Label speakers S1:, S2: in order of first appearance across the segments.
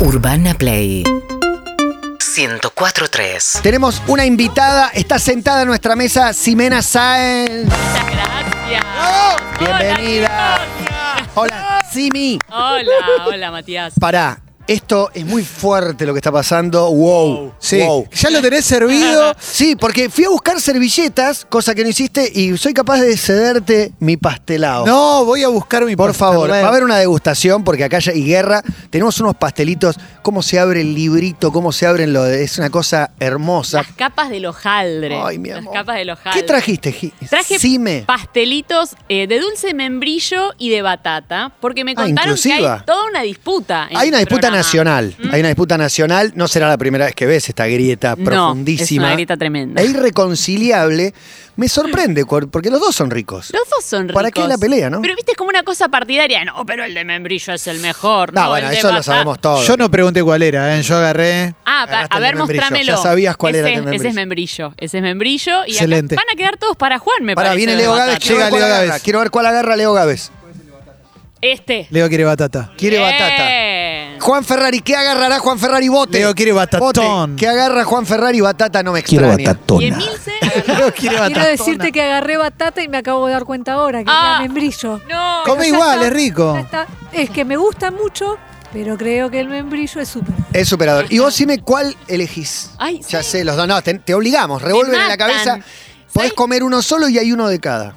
S1: Urbana Play 104.3
S2: Tenemos una invitada, está sentada en nuestra mesa, Ximena Saenz.
S3: Muchas gracias.
S2: Bienvenida. Hola, Simi.
S3: Hola, hola Matías.
S2: Pará, esto es muy fuerte lo que está pasando. Wow.
S4: Sí.
S2: Wow.
S4: Ya lo tenés servido.
S2: Sí, porque fui a buscar servilletas, cosa que no hiciste, y soy capaz de cederte mi pastelado.
S4: No, voy a buscar mi
S2: Por favor,
S4: pastel.
S2: va a haber una degustación porque acá ya hay guerra. Tenemos unos pastelitos, cómo se abre el librito, cómo se abren los. Es una cosa hermosa.
S3: Las capas del hojaldre.
S2: Ay, mi amor.
S3: Las capas del hojaldre.
S2: ¿Qué trajiste, Gi-
S3: Traje
S2: Sime?
S3: pastelitos eh, de dulce membrillo y de batata, porque me
S2: Ah,
S3: contaron que hay
S2: inclusiva.
S3: toda una disputa. en
S2: Hay una
S3: este
S2: disputa
S3: programa. Mm.
S2: nacional, hay una disputa nacional, no será la primera vez que ves esta grieta
S3: No,
S2: profundísima.
S3: es una grieta tremenda.
S2: E irreconciliable. Me sorprende, cu- porque los dos son ricos.
S3: Los dos son
S2: ¿Para qué
S3: ricos.
S2: la pelea, no?
S3: Pero viste, es como una cosa partidaria. No, pero el de membrillo es el mejor.
S2: no,
S3: el
S2: bueno,
S3: de
S2: eso lo
S3: batata-
S2: sabemos todos.
S4: Yo no pregunté cuál era, ¿eh? yo agarré.
S3: Ah, pa-
S2: Agarraste
S3: a
S2: el
S3: ver,
S2: de membrillo.
S3: mostrámelo.
S2: Ya sabías cuál
S3: ese,
S2: era el de
S3: es- Ese es membrillo. Ese es membrillo. Y acá
S4: Excelente.
S3: van a quedar todos para Juan, me
S2: Pará,
S3: parece.
S2: viene
S3: de
S2: Leo
S3: batata.
S2: Gávez, quiero ver
S4: Llega
S2: cuál
S4: Leo
S2: agarra,
S4: Gávez.
S2: quiero ver cuál agarra Leo Gávez.
S3: Este.
S4: Leo quiere batata.
S2: Quiere batata.
S3: Bien.
S2: Juan Ferrari, ¿qué agarrará Juan Ferrari Bote?
S4: Leo quiere batatón.
S2: Bote. ¿Qué agarra Juan Ferrari Batata? No me extraña.
S3: Y Emilce
S4: Leo quiere
S5: Quiero
S4: batata.
S5: decirte que agarré batata y me acabo de dar cuenta ahora, que
S3: Ah.
S5: era membrillo.
S3: No.
S4: Come
S5: Pero ya
S4: igual,
S5: está,
S4: es rico.
S5: ya está. Es que me gusta mucho, pero creo que el membrillo es súper.
S2: Es superador. Y vos dime cuál elegís.
S3: Ay,
S2: ya
S3: sí.
S2: sé, los dos. No, te, te obligamos, revuelven en la
S3: matan.
S2: cabeza. Podés
S3: ¿Sabés?
S2: comer uno solo y hay uno de cada.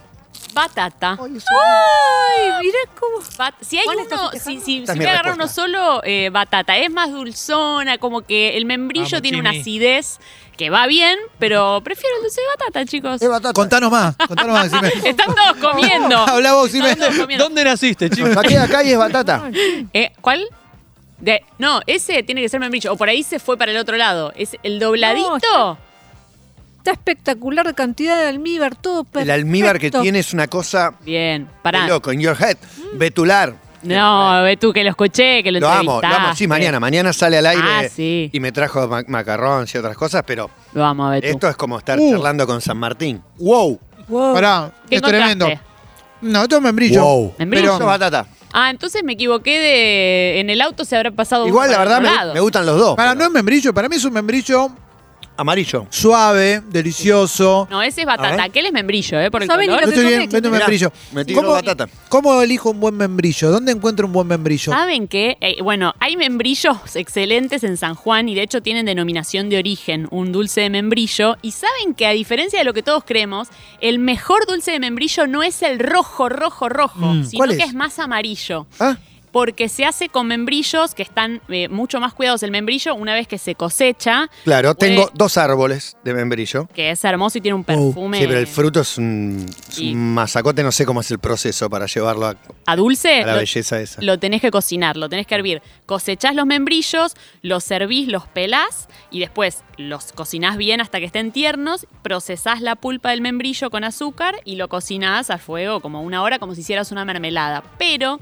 S3: Batata. Ah.
S5: ¡Ay! Mirá cómo.
S3: Bat- si hay
S5: ¿Cuál
S3: uno,
S5: estás
S3: si,
S5: festejando?
S3: si,
S2: Esta es
S3: si
S2: mi
S3: voy a agarrar uno
S2: respuesta.
S3: solo, eh, batata. Es más dulzona, como que el membrillo
S4: Vamos,
S3: tiene
S4: Jimmy.
S3: una acidez que va bien, pero prefiero el dulce de batata, chicos.
S2: Es batata.
S4: Contanos más, contanos más. decime.
S3: Están todos comiendo.
S4: Habla vos, Jimmy.
S3: Están todos comiendo.
S6: ¿Dónde naciste, chico?
S2: Nos saqué de acá y es batata.
S3: Eh, ¿Cuál? De- no, ese tiene que ser membrillo. O por ahí se fue para el otro lado. Es el dobladito.
S5: No, Está espectacular la cantidad de almíbar, todo perfecto.
S2: El almíbar que tiene es una cosa
S3: Bien,
S2: de
S3: pará.
S2: loco, in your head. Betular.
S3: No, ve tú que lo escuché, que lo
S2: Lo amo, lo amo. Sí,
S3: entrevistaste.
S2: mañana. Mañana sale al aire
S3: Ah, sí.
S2: y me trajo ma- macarrón y otras cosas, pero
S3: Lo amo, Betu.
S2: esto es como estar
S4: Uh.
S2: charlando con San Martín. ¡Wow!
S5: Wow.
S4: Pará,
S3: ¿Qué
S4: es tremendo.
S3: encontraste?
S4: No, esto es membrillo.
S2: Wow.
S3: Membrillo.
S2: Esto es batata.
S3: Ah, entonces me equivoqué de. En el auto se habrá pasado. uno
S2: Igual, la
S3: Oh, para
S2: verdad,
S3: otro
S2: me,
S3: lado.
S2: me gustan los dos.
S4: Para, no
S2: pero-
S4: es membrillo, para mí es un membrillo
S2: Amarillo.
S4: suave, delicioso.
S3: No, ese es
S2: A ver.
S3: batata. Aquel es membrillo, ¿eh? Por el
S5: ¿Saben
S3: color.
S5: lo
S4: No
S5: que
S4: estoy
S5: yo
S4: bien,
S5: me-
S4: vete un
S2: Mirá,
S4: membrillo.
S2: me tiro
S4: ¿Cómo,
S2: batata.
S4: ¿Cómo elijo un buen membrillo? ¿Dónde encuentro un buen membrillo?
S3: ¿Saben qué? Eh, bueno, hay membrillos excelentes en San Juan y de hecho tienen denominación de origen, un dulce de membrillo. Y saben que a diferencia de lo que todos creemos, el mejor dulce de membrillo no es el rojo, rojo, rojo, sino
S2: Mm, ¿cuál
S3: que
S2: es?
S3: es más amarillo.
S2: Ah,
S3: Porque se hace con membrillos que están eh, mucho más cuidados. El membrillo, una vez que se cosecha,
S2: claro,
S3: Puede-
S2: tengo dos árboles de membrillo.
S3: que es hermoso y tiene un perfume
S2: Oh, Sí, pero el fruto es un, es un
S3: Y-
S2: masacote, no sé cómo es el proceso para llevarlo a,
S3: a dulce,
S2: a la
S3: Eh, lo-
S2: belleza esa.
S3: Lo tenés que cocinar, lo tenés que hervir. Cosechás los membrillos, los servís, los pelás y después los cocinás bien hasta que estén tiernos, procesás la pulpa del membrillo con azúcar y lo cocinás a fuego como una hora, como si hicieras una mermelada. Pero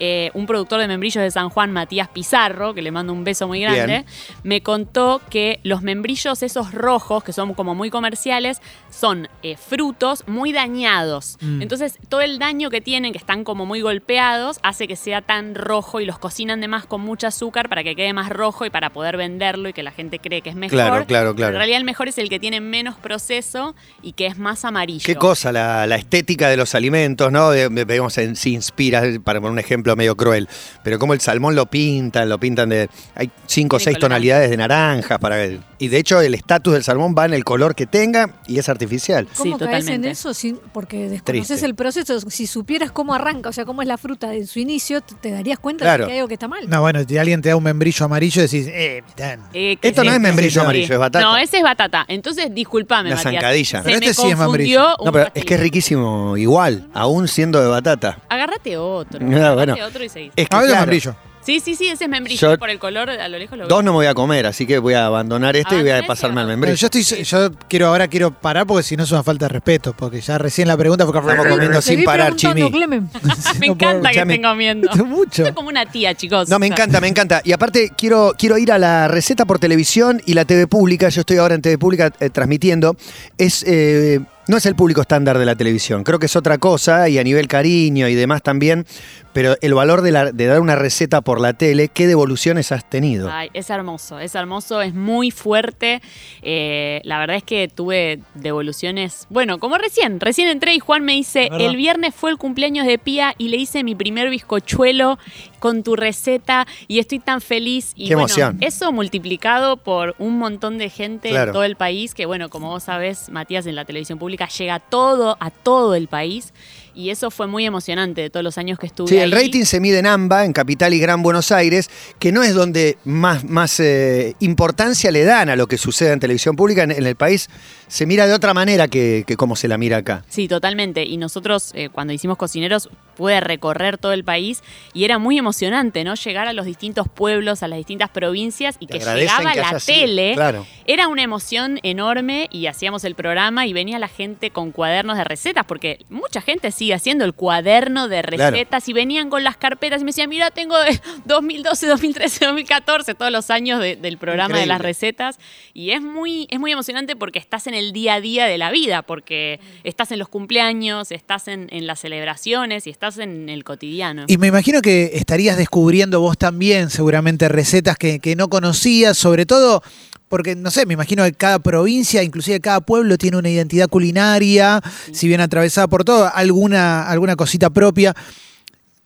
S3: eh, un productor de membrillos de San Juan, Matías Pizarro, que le mando un beso muy grande,
S2: Bien.
S3: me contó que los membrillos esos rojos, que son como muy comerciales, son eh, frutos muy dañados.
S2: Mm.
S3: Entonces, todo el daño que tienen, que están como muy golpeados, hace que sea tan rojo y los cocinan de más con mucho azúcar para que quede más rojo y para poder venderlo y que la gente cree que es mejor.
S2: Claro, claro,
S3: Pero
S2: claro.
S3: en realidad el mejor es el que tiene menos proceso y que es más amarillo.
S2: Qué cosa, la, la estética de los alimentos, ¿no? De- de- Digamos, en- se inspira, para poner un ejemplo medio cruel, pero como el salmón lo pintan, lo pintan de... Hay cinco o
S3: De
S2: seis
S3: color.
S2: tonalidades de naranjas para... el- Y de hecho el estatus del salmón va en el color que tenga y es artificial.
S3: Sí,
S5: ¿Cómo caes en
S3: totalmente.
S5: eso? sin- porque desconoces
S2: Triste.
S5: el proceso. Si supieras cómo arranca, o sea, cómo es la fruta en su inicio, te, te darías cuenta
S2: Claro.
S5: de que hay algo que está mal.
S4: No, bueno, si alguien te da un membrillo amarillo, decís, eh, mirá.
S3: Eh, que
S2: Esto no
S3: sí.
S2: es membrillo
S4: sí.
S2: amarillo, es batata.
S3: No, ese es batata. Entonces, discúlpame,
S2: La
S3: Matías.
S2: zancadilla.
S3: Se
S4: Pero
S3: me
S4: este sí es
S3: confundió
S4: membrillo.
S3: Oh, un
S2: No, pero es
S3: pastelito.
S2: que es riquísimo igual, aún siendo de batata.
S3: Agárrate otro.
S2: No,
S3: agárrate
S2: bueno.
S3: otro y seguís.
S2: Es que,
S4: A ver el
S2: claro,
S4: membrillo.
S3: Sí, sí, sí, ese es membrillo.
S2: Yo-
S3: por el color, a lo lejos lo
S2: Dos
S3: veo.
S2: no me voy a comer, así que voy a abandonar este y voy
S3: Abandoná
S2: a
S3: ese,
S2: pasarme al
S3: abandoná.
S2: membrillo.
S4: Bueno, yo estoy, yo quiero ahora quiero parar porque si no es una falta de respeto, porque ya recién la pregunta fue
S2: Estamos comiendo sin
S5: Seguí
S2: parar,
S5: preguntando,
S2: Chimi.
S5: Clemen.
S3: Ah, Me
S4: No puedo-
S3: encanta que
S2: escuchame.
S3: estén comiendo.
S4: Esto es mucho.
S3: Soy como una tía, chicos.
S2: No, me
S3: O sea,
S2: encanta, me encanta. Y aparte, quiero, quiero ir a la receta por televisión y la TV pública. Yo estoy ahora en TV pública eh, transmitiendo. Es eh, No es el público estándar de la televisión, creo que es otra cosa y a nivel cariño y demás también, pero el valor de, la- de dar una receta por la tele, ¿qué devoluciones has tenido?
S3: Ay, es hermoso, es hermoso, es muy fuerte. Eh, la verdad es que tuve devoluciones. Bueno, como recién, recién entré y Juan me dice:
S4: ¿Verdad?
S3: El viernes fue el cumpleaños de Pía y le hice mi primer bizcochuelo con tu receta y estoy tan feliz. Y
S2: Qué
S3: bueno,
S2: emoción.
S3: Eso multiplicado por un montón de gente
S2: Claro.
S3: en todo el país, que bueno, como vos sabés, Matías, en la televisión pública llega a todo, a todo el país. Y eso fue muy emocionante de todos los años que estuve.
S2: Sí, el
S3: ahí.
S2: rating se mide en AMBA, en Capital y Gran Buenos Aires, que no es donde más, más eh, importancia le dan a lo que sucede en televisión pública en, en el país. Se mira de otra manera que, que como se la mira acá.
S3: Sí, totalmente. Y nosotros, eh, cuando hicimos Cocineros, pude recorrer todo el país y era muy emocionante, ¿no? Llegar a los distintos pueblos, a las distintas provincias y
S2: Te
S3: que
S2: agradecen
S3: llegaba
S2: que
S3: la
S2: hayas ido,
S3: tele.
S2: claro.
S3: Era una emoción enorme y hacíamos el programa y venía la gente con cuadernos de recetas, porque mucha gente sigue haciendo el cuaderno de
S2: Claro.
S3: recetas y venían con las carpetas y me decían, mira, tengo eh, de 2012, 2013, 2014, todos los años de- del programa de las
S2: Increíble.
S3: recetas. Y es muy, es muy emocionante porque estás en el día a día de la vida, porque estás en los cumpleaños, estás en, en las celebraciones y estás en el cotidiano.
S4: Y me imagino que estarías descubriendo vos también seguramente recetas que, que no conocías, sobre todo porque, no sé, me imagino que cada provincia, inclusive cada pueblo tiene una identidad culinaria, si bien atravesada por todo, alguna, alguna cosita propia.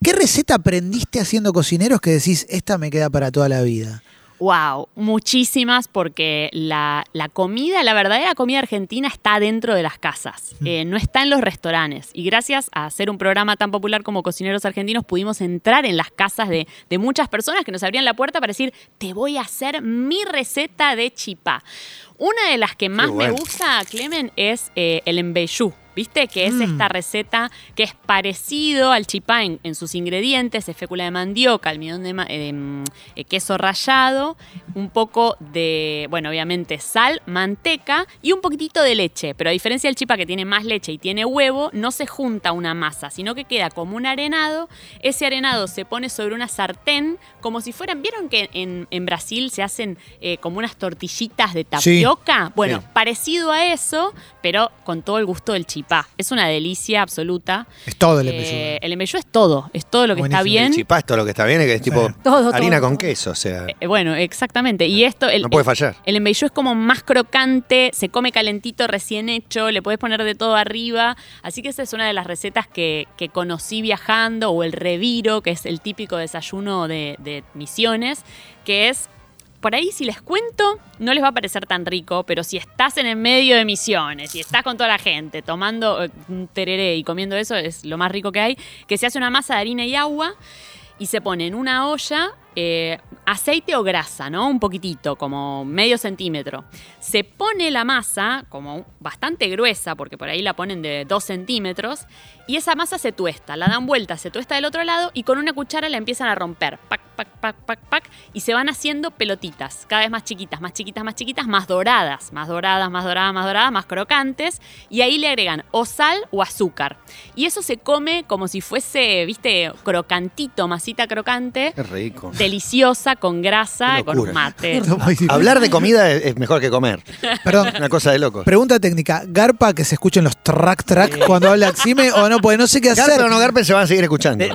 S4: ¿Qué receta aprendiste haciendo cocineros que decís, esta me queda para toda la vida?
S3: Wow, muchísimas porque la, la comida, la verdadera comida argentina está dentro de las casas, eh, no está en los restaurantes. Y gracias a hacer un programa tan popular como Cocineros Argentinos pudimos entrar en las casas de, de muchas personas que nos abrían la puerta para decir, te voy a hacer mi receta de chipá. Una de las que más
S2: bueno.
S3: me gusta, Clemen, es eh, el embellú. ¿Viste? Que es esta receta que es parecido al chipá en, en sus ingredientes, es fécula de mandioca, almidón de, ma- eh, de, mm, eh, queso rallado, un poco de, bueno, obviamente sal, manteca y un poquitito de leche. Pero a diferencia del chipá que tiene más leche y tiene huevo, no se junta una masa, sino que queda como un arenado. Ese arenado se pone sobre una sartén, como si fueran, ¿vieron que en, en Brasil se hacen eh, como unas tortillitas de
S4: Sí.
S3: tapioca? Bueno,
S2: Sí.
S3: parecido a eso, pero con todo el gusto del chipá. Es una delicia absoluta.
S4: Es todo el
S3: Eh,
S4: embellú.
S3: el embellú es todo, es todo lo que está
S4: Buenísimo.
S3: bien.
S2: El chipasto lo que está bien es que es tipo
S5: Todo,
S2: harina
S5: todo,
S2: con
S5: todo.
S2: queso, o sea,
S3: Eh, bueno, exactamente. Y esto, el,
S2: Eh, no puede fallar.
S3: el embellú es como más crocante, se come calentito, recién hecho, le puedes poner de todo arriba. Así que esa es una de las recetas que, que conocí viajando, o el reviro, que es el típico desayuno de, de misiones, que es. Por ahí, si les cuento, no les va a parecer tan rico, pero si estás en el medio de misiones, si estás con toda la gente tomando eh, un tereré y comiendo eso, es lo más rico que hay, que se hace una masa de harina y agua, y se pone en una olla eh, aceite o grasa, ¿no? Un poquitito, como medio centímetro. Se pone la masa, como bastante gruesa, porque por ahí la ponen de dos centímetros, y esa masa se tuesta, la dan vuelta, se tuesta del otro lado y con una cuchara la empiezan a romper. Pac, pac, pac, pac, pac, y se van haciendo pelotitas, cada vez más chiquitas, más chiquitas, más chiquitas, más doradas, más doradas, más doradas, más doradas, más crocantes, y ahí le agregan o sal o azúcar. Y eso se come como si fuese, viste, crocantito, masita crocante,
S2: Qué rico.
S3: deliciosa, con grasa,
S2: Qué
S3: con un
S2: locura.
S3: mate.
S2: Hablar de comida es es mejor que comer.
S4: Perdón,
S2: Una cosa de loco.
S4: pregunta técnica. ¿Garpa que se escuchen los track track cuando habla Axime o no? Porque no sé qué hacer.
S2: Garpe o no garpe se van a seguir escuchando.
S1: De-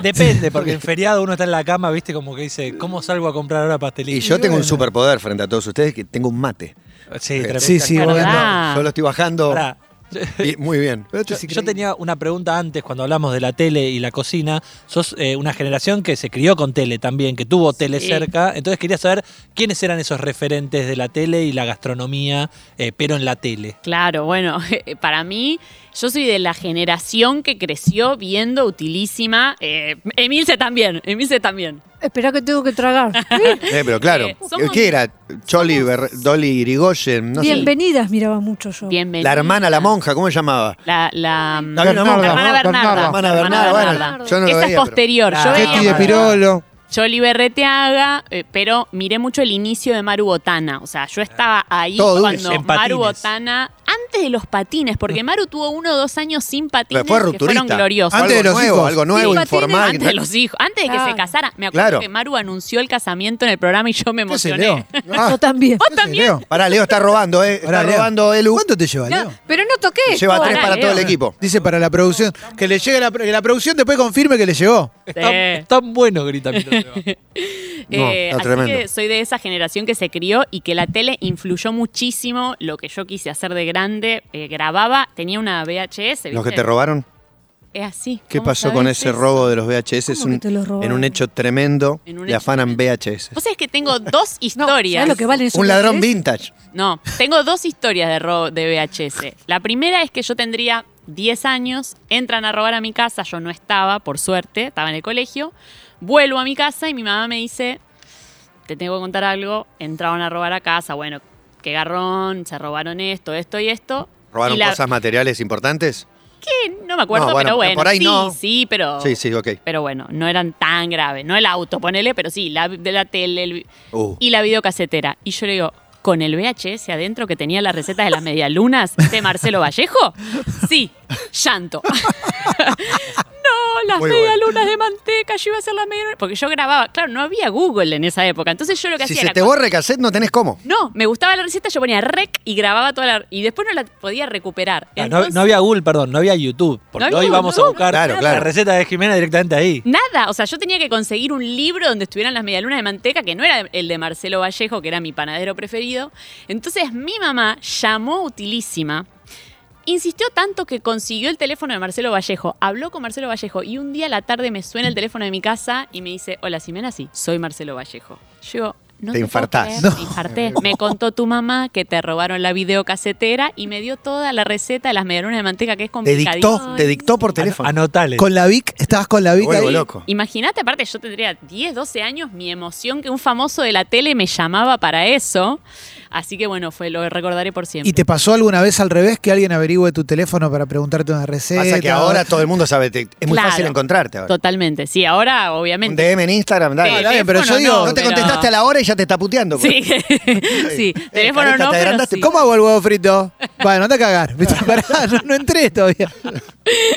S1: depende, porque en feriado uno está en la cama, viste, como que dice, ¿cómo salgo a comprar ahora
S2: Y
S1: pastelillos?
S2: yo tengo un superpoder frente a todos ustedes, que tengo un mate.
S1: Sí, tremendo.
S4: Sí, sí,
S3: ¿Verdad?
S4: bueno.
S3: Ah.
S2: Yo lo estoy bajando.
S1: Pará,
S2: y- muy bien. Pero esto
S1: Yo,
S2: es
S1: yo
S2: increíble.
S1: tenía una pregunta antes cuando hablamos de la tele y la cocina. Sos eh, una generación que se crió con tele también, que tuvo tele
S3: Sí.
S1: cerca. Entonces quería saber quiénes eran esos referentes de la tele y la gastronomía, eh, pero en la tele.
S3: Claro, bueno, para mí, yo soy de la generación que creció viendo Utilísima. Eh, Emilce también, Emilce también.
S5: Espera que tengo que tragar.
S2: Eh, pero claro,
S3: Eh, somos-
S2: ¿qué era? Choli, Ber- Dolly Irigoyen, no sé.
S5: Bienvenidas miraba mucho yo.
S3: Bienvenida.
S2: La hermana, la monja, ¿cómo se llamaba?
S3: La, la,
S2: La hermana
S3: la
S2: Bernarda,
S3: hermana Bernarda.
S4: ¿no? Bernarda.
S2: Hermana Bernarda, bueno,
S5: Bernarda.
S2: yo no lo
S3: Esa es
S2: veía, pero-
S3: posterior.
S1: Ah,
S3: yo
S1: Ketty
S3: veía
S4: Ketty de
S3: más-
S4: Pirolo.
S3: Choli Berreteaga, eh, pero miré mucho el inicio de Maru Botana. O sea, yo estaba ahí
S2: Todo
S3: cuando
S1: dulce. En
S3: Maru
S1: patines.
S3: Botana. antes de los patines, porque Maru tuvo uno o dos años sin patines
S2: Pero fue
S3: que fueron
S2: rupturista.
S3: gloriosos.
S4: Antes de
S2: algo
S4: los
S2: nuevo,
S4: hijos.
S2: algo nuevo,
S5: Sí,
S2: informal.
S3: Antes de los hijos, antes de que
S5: Claro.
S3: se casara. Me acuerdo
S2: Claro.
S3: que Maru anunció el casamiento en el programa y yo me
S4: ¿Qué hace,
S3: emocioné.
S4: Leo?
S2: Ah,
S5: Yo también.
S3: Vos también.
S4: Leo?
S2: Pará, Leo está robando, ¿eh? Está
S4: Pará, Leo.
S2: robando Elu.
S4: ¿Cuánto te lleva,
S5: No,
S4: Leo?
S5: pero no toqué.
S2: Lleva
S5: esto.
S2: tres para
S3: Pará,
S2: todo el
S3: Leo.
S2: equipo.
S4: Dice para la producción. Que le llegue la, pro- que la producción después confirme que le llegó.
S1: Están,
S3: Sí.
S1: están buenos, grita mientras se va.
S2: No,
S3: Eh,
S2: está
S3: así
S2: tremendo.
S3: que soy de esa generación que se crió y que la tele influyó muchísimo lo que yo quise hacer de grande. Eh, grababa, tenía una VHS.
S2: Los que te
S3: ¿viste?
S2: robaron.
S3: Es así.
S2: ¿Qué
S3: ¿Cómo
S2: pasó
S3: sabés
S2: con ese
S3: eso?
S2: robo de los VHS? Es
S5: ¿Cómo que
S2: un-
S5: te los robaron?
S2: en un hecho tremendo.
S3: En un
S2: le
S3: hecho
S2: afanan VHS.
S3: Vos sabés que tengo dos
S5: No,
S3: historias.
S5: ¿sabés lo que valen esos
S2: Un ladrón
S5: lugares?
S2: vintage.
S3: No, tengo dos historias de robo de VHS. La primera es que yo tendría 10 años, entran a robar a mi casa, yo no estaba, por suerte, estaba en el colegio. Vuelvo a mi casa y mi mamá me dice, te tengo que contar algo, entraron a robar a casa, bueno, qué garrón, se robaron esto, esto y esto.
S2: ¿Robaron
S3: Y la-
S2: cosas materiales importantes?
S3: que no me acuerdo,
S2: No, bueno,
S3: pero bueno.
S2: por ahí
S3: sí,
S2: no.
S3: sí, pero...
S2: Sí, sí, ok.
S3: Pero bueno, no eran tan graves. No el auto, ponele, pero sí, la, de la tele, el,
S2: Uh.
S3: y la videocasetera. Y yo le digo, ¿con el VHS adentro que tenía las recetas de las medialunas de Marcelo Vallejo? Sí, llanto. no, las
S2: Muy
S3: medialunas de manteca, yo iba a hacer las medialunas. Porque yo grababa, claro, no había Google en esa época. Entonces yo lo que
S2: Si
S3: hacía
S2: se
S3: era.
S2: te borra el cassette, no tenés cómo.
S3: no, me gustaba la receta, yo ponía rec y grababa toda la. Y después no la podía recuperar.
S1: Ah, no,
S3: Entonces-
S1: no había Google, perdón, no había YouTube. Porque
S3: había
S1: hoy vamos a
S3: YouTube.
S1: buscar
S2: Claro,
S1: la
S2: claro.
S1: receta de Jimena directamente ahí.
S3: Nada, o sea, yo tenía que conseguir un libro donde estuvieran las medialunas de manteca, que no era el de Marcelo Vallejo, que era mi panadero preferido. Entonces mi mamá llamó utilísima, insistió tanto que consiguió el teléfono de Marcelo Vallejo, habló con Marcelo Vallejo y un día a la tarde me suena el teléfono de mi casa y me dice, hola Simena, sí, soy Marcelo Vallejo. Yo digo, no
S2: Te
S3: te, puedo
S2: infartás.
S3: creer, Me infarté. Me contó tu mamá que te robaron la videocasetera y me dio toda la receta de las medialunas de manteca, que es
S2: Te
S3: complicadísima.
S2: dictó, te dictó por teléfono.
S1: Anotale.
S4: Con la Vic, estabas con la Vic
S2: Me vuelvo
S4: ahí.
S2: loco.
S3: Imagínate, aparte, yo tendría 10, 12 años, mi emoción que un famoso de la tele me llamaba para eso. Así que bueno, fue lo recordaré por siempre.
S4: ¿Y te pasó alguna vez al revés que alguien averigüe tu teléfono para preguntarte una receta?
S2: Pasa que ahora todo el mundo sabe, te- es muy
S3: Claro.
S2: fácil encontrarte ahora.
S3: Totalmente, sí, ahora
S2: Un
S3: obviamente.
S2: DM en Instagram,
S3: Sí,
S2: Ah, dale.
S4: está bien, pero yo
S3: teléfono
S4: digo,
S2: No te
S3: pero-
S2: contestaste a la hora y ya te está puteando.
S3: Sí, sí,
S2: Eh,
S3: teléfono
S2: careta,
S3: no,
S2: te
S3: pero
S2: agrandaste.
S3: sí.
S4: ¿Cómo hago el huevo frito? Bueno, no te cagar. ¿viste? Pará, no, no entré todavía.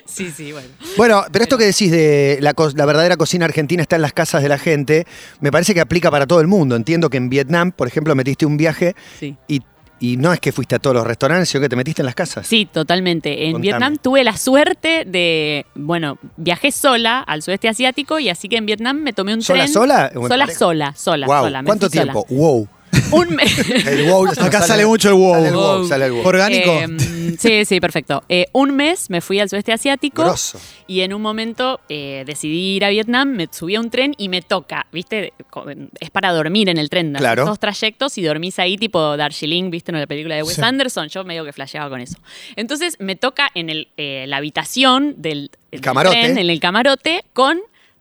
S3: Sí, sí, bueno.
S2: Bueno, pero esto que decís de la, co- la verdadera cocina argentina está en las casas de la gente, me parece que aplica para todo el mundo. Entiendo que en Vietnam, por ejemplo, metiste un viaje
S3: Sí.
S2: y, y no es que fuiste a todos los restaurantes, sino que te metiste en las casas.
S3: Sí, totalmente. En
S2: Contame.
S3: Vietnam tuve la suerte de, bueno, viajé sola al sudeste asiático y así que en Vietnam me tomé un
S2: ¿Sola,
S3: tren.
S2: sola o en
S3: Sola,
S2: pareja?
S3: sola, sola,
S2: Wow,
S3: sola. me
S2: ¿Cuánto
S3: fui sola.
S2: tiempo? Wow.
S3: Un mes.
S2: El wow
S4: Acá sale mucho el wow.
S2: Sale el wow,
S3: Wow.
S2: sale el wow.
S4: Orgánico.
S3: Eh, mm, sí, sí, perfecto. Eh, un mes me fui al sudeste asiático
S2: Grosso.
S3: y en un momento eh, decidí ir a Vietnam, me subí a un tren y me toca, ¿viste? Co- Es para dormir en el tren, haces
S2: Claro.
S3: dos trayectos y dormís ahí tipo Darjeeling, ¿viste? En la película de Wes
S4: Sí.
S3: Anderson, yo medio que flasheaba con eso. Entonces me toca en el, eh, la habitación del del
S2: camarote.
S3: tren, en el camarote, con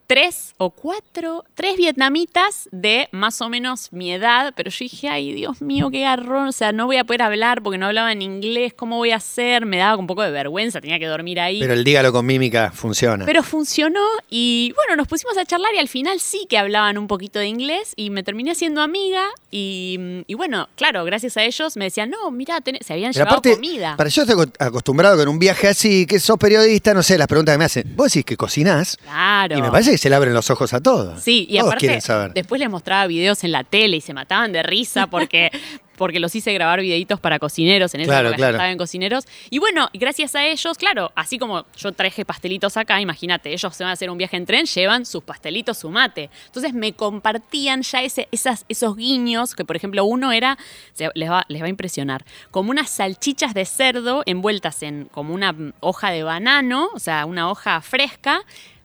S3: tres o cuatro, tres vietnamitas de más o menos mi edad, pero yo dije, ay, Dios mío, qué garrón, o sea, no voy a poder hablar porque no hablaba en inglés, ¿cómo voy a hacer? Me daba un poco de vergüenza, tenía que dormir ahí.
S2: Pero el dígalo con mímica funciona.
S3: Pero funcionó y bueno, nos pusimos a charlar y al final sí que hablaban un poquito de inglés y me terminé siendo amiga y, y bueno, claro, gracias a ellos me decían, no, mira, se habían
S2: Pero
S3: llevado
S2: aparte,
S3: comida.
S2: para yo estoy aco- acostumbrado con un viaje así, que sos periodista, no sé, las preguntas que me hacen. Vos decís que cocinás
S3: Claro.
S2: y me parece que se le abren los ojos a todos.
S3: Sí, y
S2: todos
S3: aparte
S2: quieren saber.
S3: después les mostraba videos en la tele y se mataban de risa porque, porque los hice grabar videitos para cocineros en esa
S2: Claro,
S3: época yo
S2: claro.
S3: estaba en cocineros. Y bueno, gracias a ellos, claro, así como yo traje pastelitos acá, imagínate, ellos se van a hacer un viaje en tren, llevan sus pastelitos, su mate. Entonces me compartían ya ese, esas, esos guiños, que por ejemplo uno era, se- les, va, les va a impresionar, como unas salchichas de cerdo envueltas en como una mm, hoja de banano, o sea, una hoja fresca,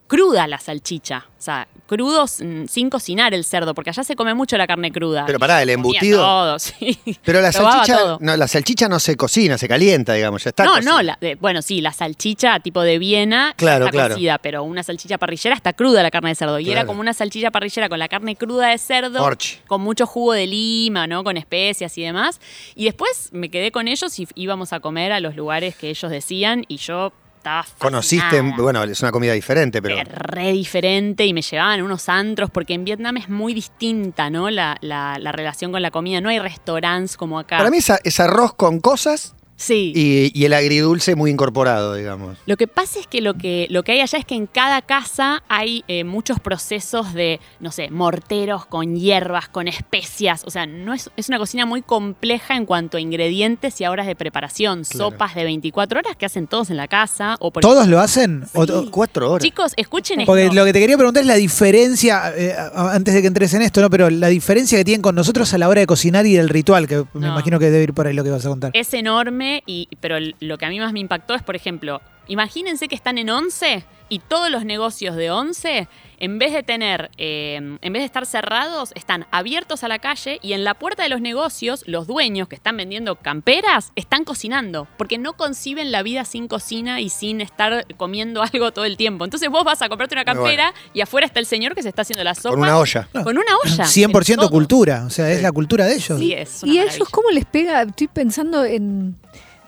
S3: cruda la salchicha. O sea, crudos mm, sin cocinar el cerdo, porque allá se come mucho la carne cruda.
S2: Pero pará, el
S3: Comía
S2: embutido.
S3: todo, sí.
S2: Pero la
S3: Probaba
S2: salchicha,
S3: todo.
S2: no, la salchicha no se cocina, se calienta, digamos, ya está.
S3: No,
S2: cocida.
S3: no, la- de- bueno, sí, la salchicha tipo de Viena
S2: Claro,
S3: está
S2: claro.
S3: cocida, pero una salchicha parrillera está cruda la carne de cerdo. Y era
S2: Claro.
S3: como una salchicha parrillera con la carne cruda de cerdo,
S2: Orch.
S3: con mucho jugo de lima, ¿no? Con especias y demás. Y después me quedé con ellos y íbamos a comer a los lugares que ellos decían y yo estaba
S2: Conociste,
S3: fascinada.
S2: bueno, es una comida diferente, pero.
S3: Es re diferente y me llevaban a unos antros porque en Vietnam es muy distinta, ¿no? La, la- la relación con la comida. No hay restaurantes como acá.
S2: Para mí es, a- es arroz con cosas
S3: Sí.
S2: Y, y el agridulce muy incorporado, digamos.
S3: Lo que pasa es que lo que, lo que hay allá es que en cada casa hay eh, muchos procesos de, no sé, morteros con hierbas, con especias. O sea, no es, es una cocina muy compleja en cuanto a ingredientes y a horas de preparación.
S2: Claro.
S3: Sopas de 24 horas que hacen todos en la casa. O por
S4: ¿Todos lo hacen? O-
S2: Otro- cuatro horas.
S3: Chicos, escuchen esto.
S4: Porque lo que te quería preguntar es la diferencia, eh, a- antes de que entres en esto, ¿no? Pero la diferencia que tienen con nosotros a la hora de cocinar y el ritual, que me
S3: No.
S4: imagino que debe ir por ahí lo que vas a contar.
S3: Es enorme, y, pero l- lo que a mí más me impactó es, por ejemplo, imagínense que están en 11 y todos los negocios de 11, en vez de tener, eh, en vez de estar cerrados, están abiertos a la calle y en la puerta de los negocios, los dueños que están vendiendo camperas están cocinando, porque no conciben la vida sin cocina y sin estar comiendo algo todo el tiempo. Entonces vos vas a comprarte una
S2: Muy bueno.
S3: campera y afuera está el señor que se está haciendo la sopa. Ah,
S2: Con una olla.
S3: con una olla.
S4: 100%
S3: Todo.
S4: cultura, o sea, es la cultura de ellos.
S3: Sí, es una
S5: ¿Y a
S3: maravilla.
S5: ellos cómo les pega? Estoy pensando en.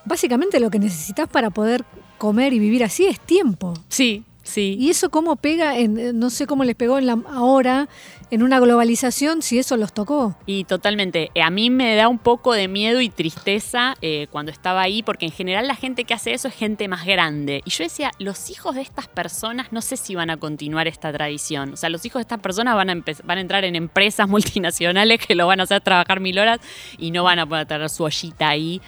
S5: Básicamente lo que necesitas para poder comer y vivir así es tiempo.
S3: Sí, sí.
S5: Y eso cómo pega en. eh, No sé cómo les pegó en la, ahora, en una globalización, si eso los tocó.
S3: Y totalmente. Eh, A mí me da un poco de miedo y tristeza eh, cuando estaba ahí, porque en general la gente que hace eso es gente más grande. Y yo decía, los hijos de estas personas no sé si van a continuar esta tradición. O sea, los hijos de estas personas van a, empe- van a entrar en empresas multinacionales que lo van a hacer trabajar mil horas y no van a poder tener su ollita ahí.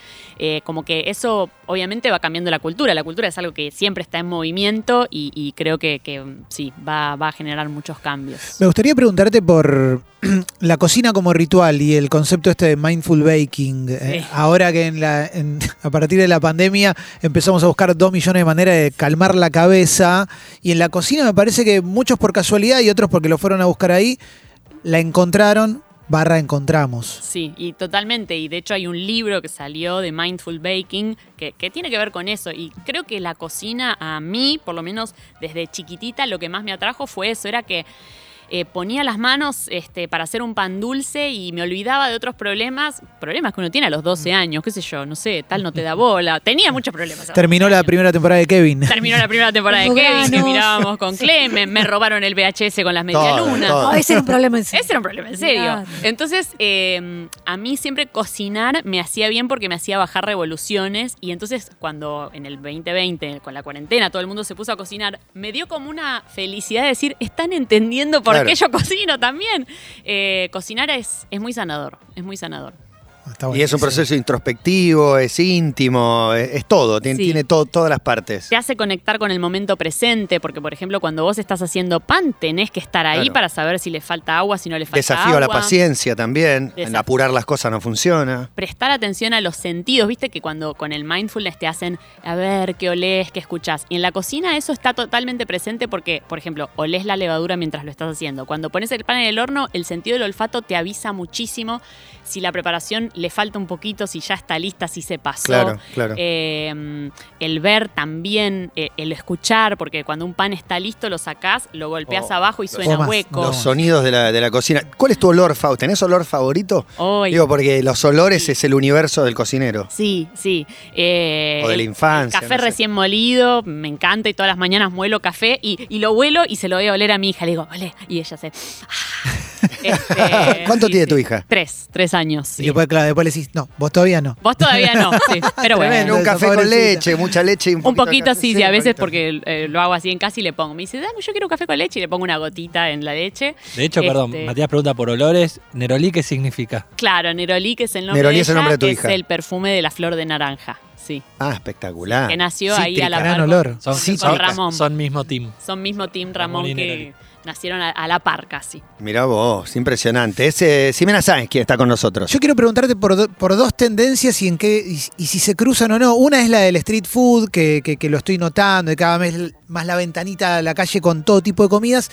S3: Eh, como que eso obviamente va cambiando la cultura. La cultura es algo que siempre está en movimiento y, y creo que, que, mm, sí, va, va a generar muchos cambios.
S4: Me gustaría preguntarte por la cocina como ritual y el concepto este de mindful baking. Eh,
S3: Sí.
S4: ahora que en la- en- a partir de la pandemia empezamos a buscar dos millones de maneras de calmar la cabeza y en la cocina me parece que muchos por casualidad y otros porque lo fueron a buscar ahí, la encontraron, barra encontramos.
S3: Sí, y totalmente. Y de hecho hay un libro que salió de Mindful Baking que, que tiene que ver con eso. Y creo que la cocina a mí, por lo menos desde chiquitita, lo que más me atrajo fue eso. Era que eh, ponía las manos este, para hacer un pan dulce y me olvidaba de otros problemas. Problemas que uno tiene a los 12 años, qué sé yo, no sé, tal no te da bola. Tenía muchos problemas. a los
S4: Terminó
S3: 12
S4: la
S3: años.
S4: primera temporada de Kevin.
S3: Terminó la primera temporada de
S5: Los
S3: Kevin, que
S5: granos.
S3: mirábamos con Clemen, me robaron el VHS con las
S2: Todo,
S3: medialunas.
S2: todo.
S5: No, Ah, ese era un problema en serio.
S3: Ese era un problema, en serio.
S5: Claro.
S3: Entonces, eh, a mí siempre cocinar me hacía bien porque me hacía bajar revoluciones. Y entonces, cuando en el 2020, con la cuarentena, todo el mundo se puso a cocinar, me dio como una felicidad de decir, están entendiendo por
S2: Claro.
S3: qué yo cocino también. Eh, cocinar es, es muy sanador, es muy sanador.
S4: Está
S2: Y es un
S4: buenísimo.
S2: proceso introspectivo, es íntimo, es, es todo, tiene,
S3: Sí.
S2: tiene todo- todas las partes.
S3: Te hace conectar con el momento presente, porque, por ejemplo, cuando vos estás haciendo pan, tenés que estar ahí
S2: Claro.
S3: para saber si le falta agua, si no le falta
S2: Desafío a la
S3: agua.
S2: paciencia también, en
S3: Desafío.
S2: apurar las cosas no funciona.
S3: prestar atención a los sentidos, viste que cuando con el mindfulness te hacen a ver qué olés, qué escuchás. Y en la cocina eso está totalmente presente porque, por ejemplo, olés la levadura mientras lo estás haciendo. Cuando pones el pan en el horno, el sentido del olfato te avisa muchísimo si la preparación le falta un poquito, si ya está lista, si se pasó.
S2: Claro, claro.
S3: Eh, el ver también, eh, el escuchar, porque cuando un pan está listo lo sacás, lo golpeas
S2: Oh,
S3: abajo y suena
S4: Tomás,
S3: hueco.
S4: no.
S2: Los sonidos de la, de la cocina. ¿Cuál es tu olor favorito? ¿Tenés olor favorito?
S3: Ay,
S2: Digo, porque los olores es el universo del cocinero.
S3: Sí, sí. Eh,
S2: O de la
S3: el-
S2: infancia,
S3: el Café
S2: no sé.
S3: recién molido, me encanta y todas las mañanas muelo café y, y lo huelo y se lo doy a oler a mi hija. Le digo, olé. Y ella se. "Ah". Este,
S2: ¿Cuánto
S3: sí,
S2: tiene
S3: sí.
S2: tu hija?
S3: Tres, tres años.
S4: Y
S3: sí.
S4: después, claro, después le decís, no, vos todavía no.
S3: Vos todavía no, sí. Pero
S4: Tremendo.
S3: bueno.
S2: un café con
S4: pobrecita.
S2: leche, mucha leche y un
S3: Ah, Un
S2: poquito. de
S3: poquito
S2: café.
S3: sí, sí, a veces
S2: poquito.
S3: porque eh, lo hago así en casa y le pongo. Me dice, dame, yo quiero un café con leche y le pongo una gotita en la leche.
S1: De hecho, perdón,
S3: Este-
S1: Matías pregunta por olores. Nerolí, ¿qué significa?
S3: Claro, Neroli, que es el nombre
S2: Neroli
S3: de
S2: es el
S3: ella,
S2: nombre de tu
S3: es
S2: hija.
S3: el perfume de la flor de naranja, sí.
S2: Ah, espectacular.
S3: que nació ahí a la
S4: Gran
S3: par.
S4: olor.
S1: Son,
S3: Sí,
S1: son-
S3: con Ramón.
S1: son mismo team.
S3: Son mismo Team
S1: Ramón
S3: Ramón
S1: y Neroli.
S3: que nacieron a, a la par casi.
S2: Mirá vos, impresionante. Ese Simena Sáenz quien está con nosotros.
S4: Yo quiero preguntarte por, do- por dos tendencias y en qué y, y si se cruzan o no. Una es la del street food, que, que- que lo estoy notando, y cada vez l- más la ventanita a la calle con todo tipo de comidas.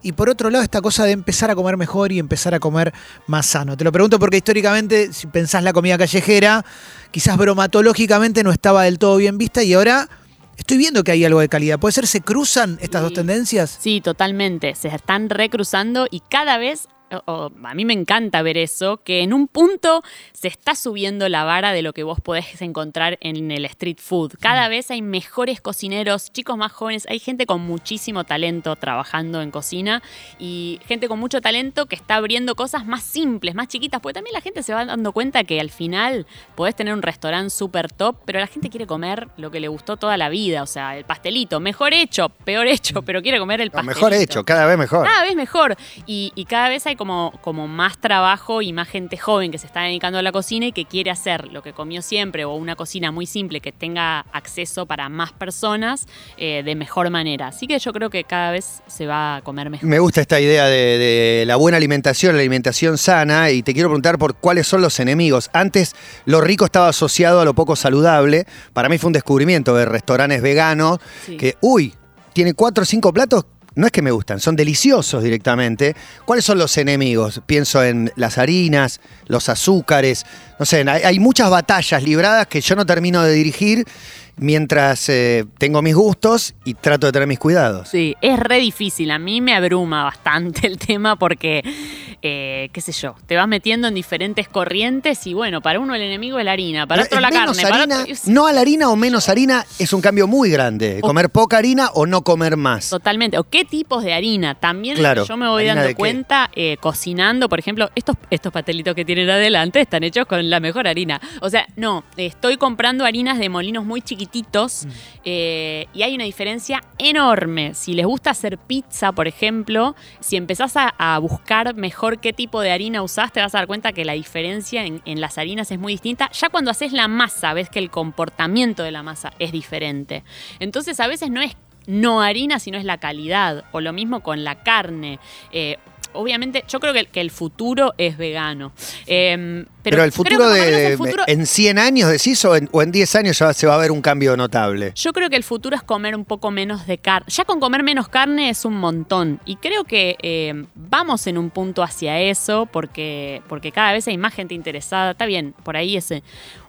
S4: Y por otro lado, esta cosa de empezar a comer mejor y empezar a comer más sano. Te lo pregunto porque históricamente, si pensás la comida callejera, quizás bromatológicamente no estaba del todo bien vista y ahora estoy viendo que hay algo de calidad. ¿Puede ser se cruzan estas dos
S3: Y-
S4: tendencias?
S3: Sí, totalmente. Se están recruzando y cada vez o- o a mí me encanta ver eso, que en un punto se está subiendo la vara de lo que vos podés encontrar en el street food.
S1: Mm.
S3: Cada vez hay mejores cocineros, chicos más jóvenes, hay gente con muchísimo talento trabajando en cocina y gente con mucho talento que está abriendo cosas más simples, más chiquitas, porque también la gente se va dando cuenta que al final podés tener un restaurante súper top, pero la gente quiere comer lo que le gustó toda la vida, o sea, el pastelito, mejor hecho, peor hecho, pero quiere comer el
S2: Lo
S3: pastelito.
S2: Mm. mejor hecho, cada vez mejor.
S3: Cada vez mejor. Y, y cada vez hay como, como más trabajo y más gente joven que se está dedicando a la cocina y que quiere hacer lo que comió siempre o una cocina muy simple que tenga acceso para más personas eh, de mejor manera. Así que yo creo que cada vez se va a comer mejor.
S2: Me gusta esta idea de, de la buena alimentación, la alimentación sana, y te quiero preguntar por cuáles son los enemigos. Antes lo rico estaba asociado a lo poco saludable. Para mí fue un descubrimiento de restaurantes veganos
S3: Sí.
S2: que, uy, tiene cuatro o cinco platos. No es que me gustan, son deliciosos directamente. ¿Cuáles son los enemigos? Pienso en las harinas, los azúcares. No sé, hay, hay muchas batallas libradas que yo no termino de dirigir mientras eh, tengo mis gustos y trato de tener mis cuidados.
S3: Sí, es re difícil. A mí me abruma bastante el tema porque, eh, qué sé yo, te vas metiendo en diferentes corrientes y bueno, para uno el enemigo es la harina, para
S2: Pero
S3: otro la
S2: es Eh, menos
S3: carne, para
S2: harina,
S3: otro-
S2: No a la harina o menos harina es un cambio muy grande.
S3: O-
S2: Comer poca harina o no comer más.
S3: Totalmente. O qué tipos de harina. También lo
S2: Claro.
S3: que yo me voy
S2: ¿Harina de
S3: dando
S2: qué?
S3: cuenta eh, cocinando, por ejemplo, estos, estos pastelitos que tienen adelante están hechos con la mejor harina. O sea, no, estoy comprando harinas de molinos muy chiquititos
S2: Mm.
S3: eh, y hay una diferencia enorme. Si les gusta hacer pizza, por ejemplo, si empezás a, a buscar mejor qué tipo de harina usás, te vas a dar cuenta que la diferencia en, en las harinas es muy distinta. Ya cuando haces la masa, ves que el comportamiento de la masa es diferente. Entonces, a veces no es no harina, sino es la calidad. O lo mismo con la carne. Eh, obviamente, yo creo que, que el futuro es vegano. Eh,
S2: Pero, el
S3: creo que
S2: futuro
S3: por lo
S2: de,
S3: menos el futuro-
S2: en 100 años decís o en, o en 10 años ya se va a ver un cambio notable.
S3: Yo creo que el futuro es comer un poco menos de carne. Ya con comer menos carne es un montón. Y creo que eh, vamos en un punto hacia eso porque, porque cada vez hay más gente interesada. Está bien, por ahí es eh,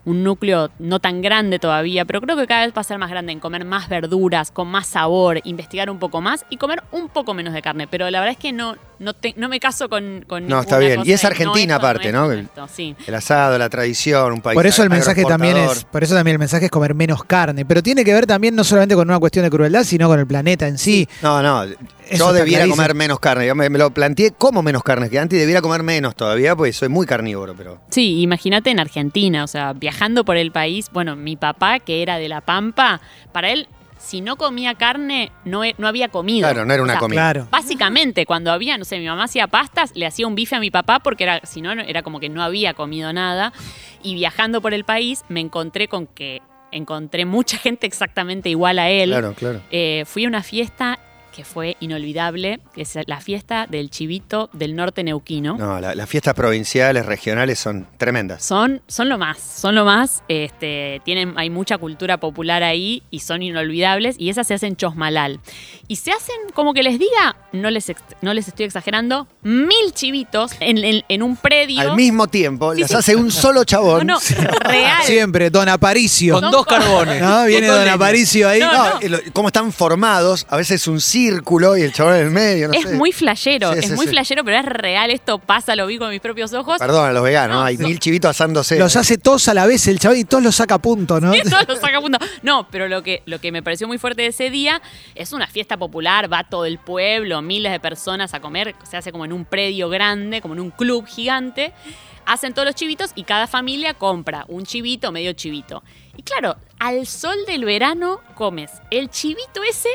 S3: un núcleo no tan grande todavía, pero creo que cada vez va a ser más grande en comer más verduras, con más sabor, investigar un poco más y comer un poco menos de carne. Pero la verdad es que no, no, te- no me caso con, con
S2: No, está
S3: ninguna
S2: bien.
S3: cosa
S2: Y es
S3: de
S2: Argentina
S3: esto,
S2: aparte,
S3: esto,
S2: ¿no?
S3: esto, sí.
S2: El asado, la tradición, un país.
S4: Por eso el mensaje también es,
S2: agroexportador.
S4: por eso también el mensaje es comer menos carne, pero tiene que ver también no solamente con una cuestión de crueldad, sino con el planeta en sí.
S2: No, no.
S4: está
S2: yo debiera
S4: clarísimo.
S2: comer menos carne. Yo me, me lo planteé como menos carne que antes y debiera comer menos todavía, porque soy muy carnívoro, pero.
S3: Sí, imagínate en Argentina, o sea, viajando por el país, bueno, mi papá, que era de La Pampa, para él, si no comía carne, no, e- no había comido.
S2: Claro, no era
S3: O
S2: una
S3: sea,
S2: comida.
S4: Claro.
S3: Básicamente, cuando había, no sé, mi mamá hacía pastas, le hacía un bife a mi papá porque era, si no, no- era como que no había comido nada. Y viajando por el país, me encontré con que encontré mucha gente exactamente igual a él.
S2: Claro, claro.
S3: Eh, fui a una fiesta que fue inolvidable, que es la fiesta del Chivito del Norte Neuquino.
S2: No, la- las fiestas provinciales, regionales son tremendas.
S3: Son, son lo más, son lo más. Este, tienen, hay mucha cultura popular ahí y son inolvidables. Y esas se hacen chosmalal. Y se hacen, como que les diga, no les, ex- no les estoy exagerando, mil chivitos en, en- en un predio.
S2: Al mismo tiempo,
S3: Sí,
S2: las
S3: sí.
S2: hace un solo
S3: No,
S2: chabón.
S3: no, real.
S4: Siempre, Don Aparicio.
S1: Con
S3: Son
S1: dos
S3: cosas.
S1: carbones.
S4: ¿No? Viene
S1: Con
S4: Don
S1: leña.
S4: Aparicio ahí.
S3: No,
S2: No, y lo- cómo están formados, a veces un círculo y el chabón en el medio, no
S3: es
S2: sé.
S3: muy flashero,
S2: Sí,
S3: es
S2: sí,
S3: muy
S2: sí.
S3: flashero, pero es real. Esto pasa, lo vi con mis propios ojos.
S2: Perdón a los veganos, hay mil chivitos asándose.
S4: Los hace todos a la vez el chaval y todos los saca a punto, ¿no?
S3: Todos los sacapuntas. No, pero lo que, lo que me pareció muy fuerte de ese día es una fiesta popular, va todo el pueblo, miles de personas a comer, se hace como en un predio grande, como en un club gigante. Hacen todos los chivitos y cada familia compra un chivito, medio chivito. Y claro, al sol del verano comes el chivito ese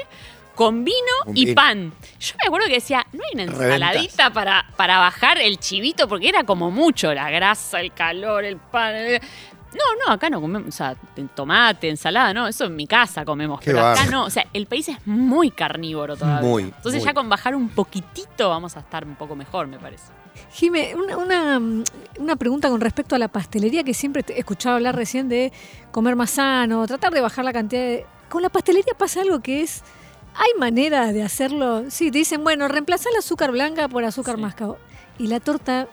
S3: con vino
S2: Con
S3: y
S2: vino.
S3: pan. Yo me acuerdo que decía, no hay una
S2: Reventas.
S3: ensaladita para, para bajar el chivito, porque era como mucho, la grasa, el calor, el pan. el- no, no, acá no comemos, o sea, t- tomate, ensalada, no, eso en mi casa comemos,
S2: Qué
S3: pero acá
S2: bárbaro.
S3: no, o sea, el país es muy carnívoro todavía.
S2: Muy,
S3: Entonces
S2: muy.
S3: ya con bajar un poquitito vamos a estar un poco mejor, me parece.
S5: Jime, una, una, mm, una pregunta con respecto a la pastelería que siempre te he escuchado hablar recién de comer más sano, tratar de bajar la cantidad de... Con la pastelería pasa algo que es... Hay maneras de hacerlo. Sí, te dicen, bueno, reemplazar el azúcar blanca por azúcar
S3: Sí.
S5: mascabo. Y la torta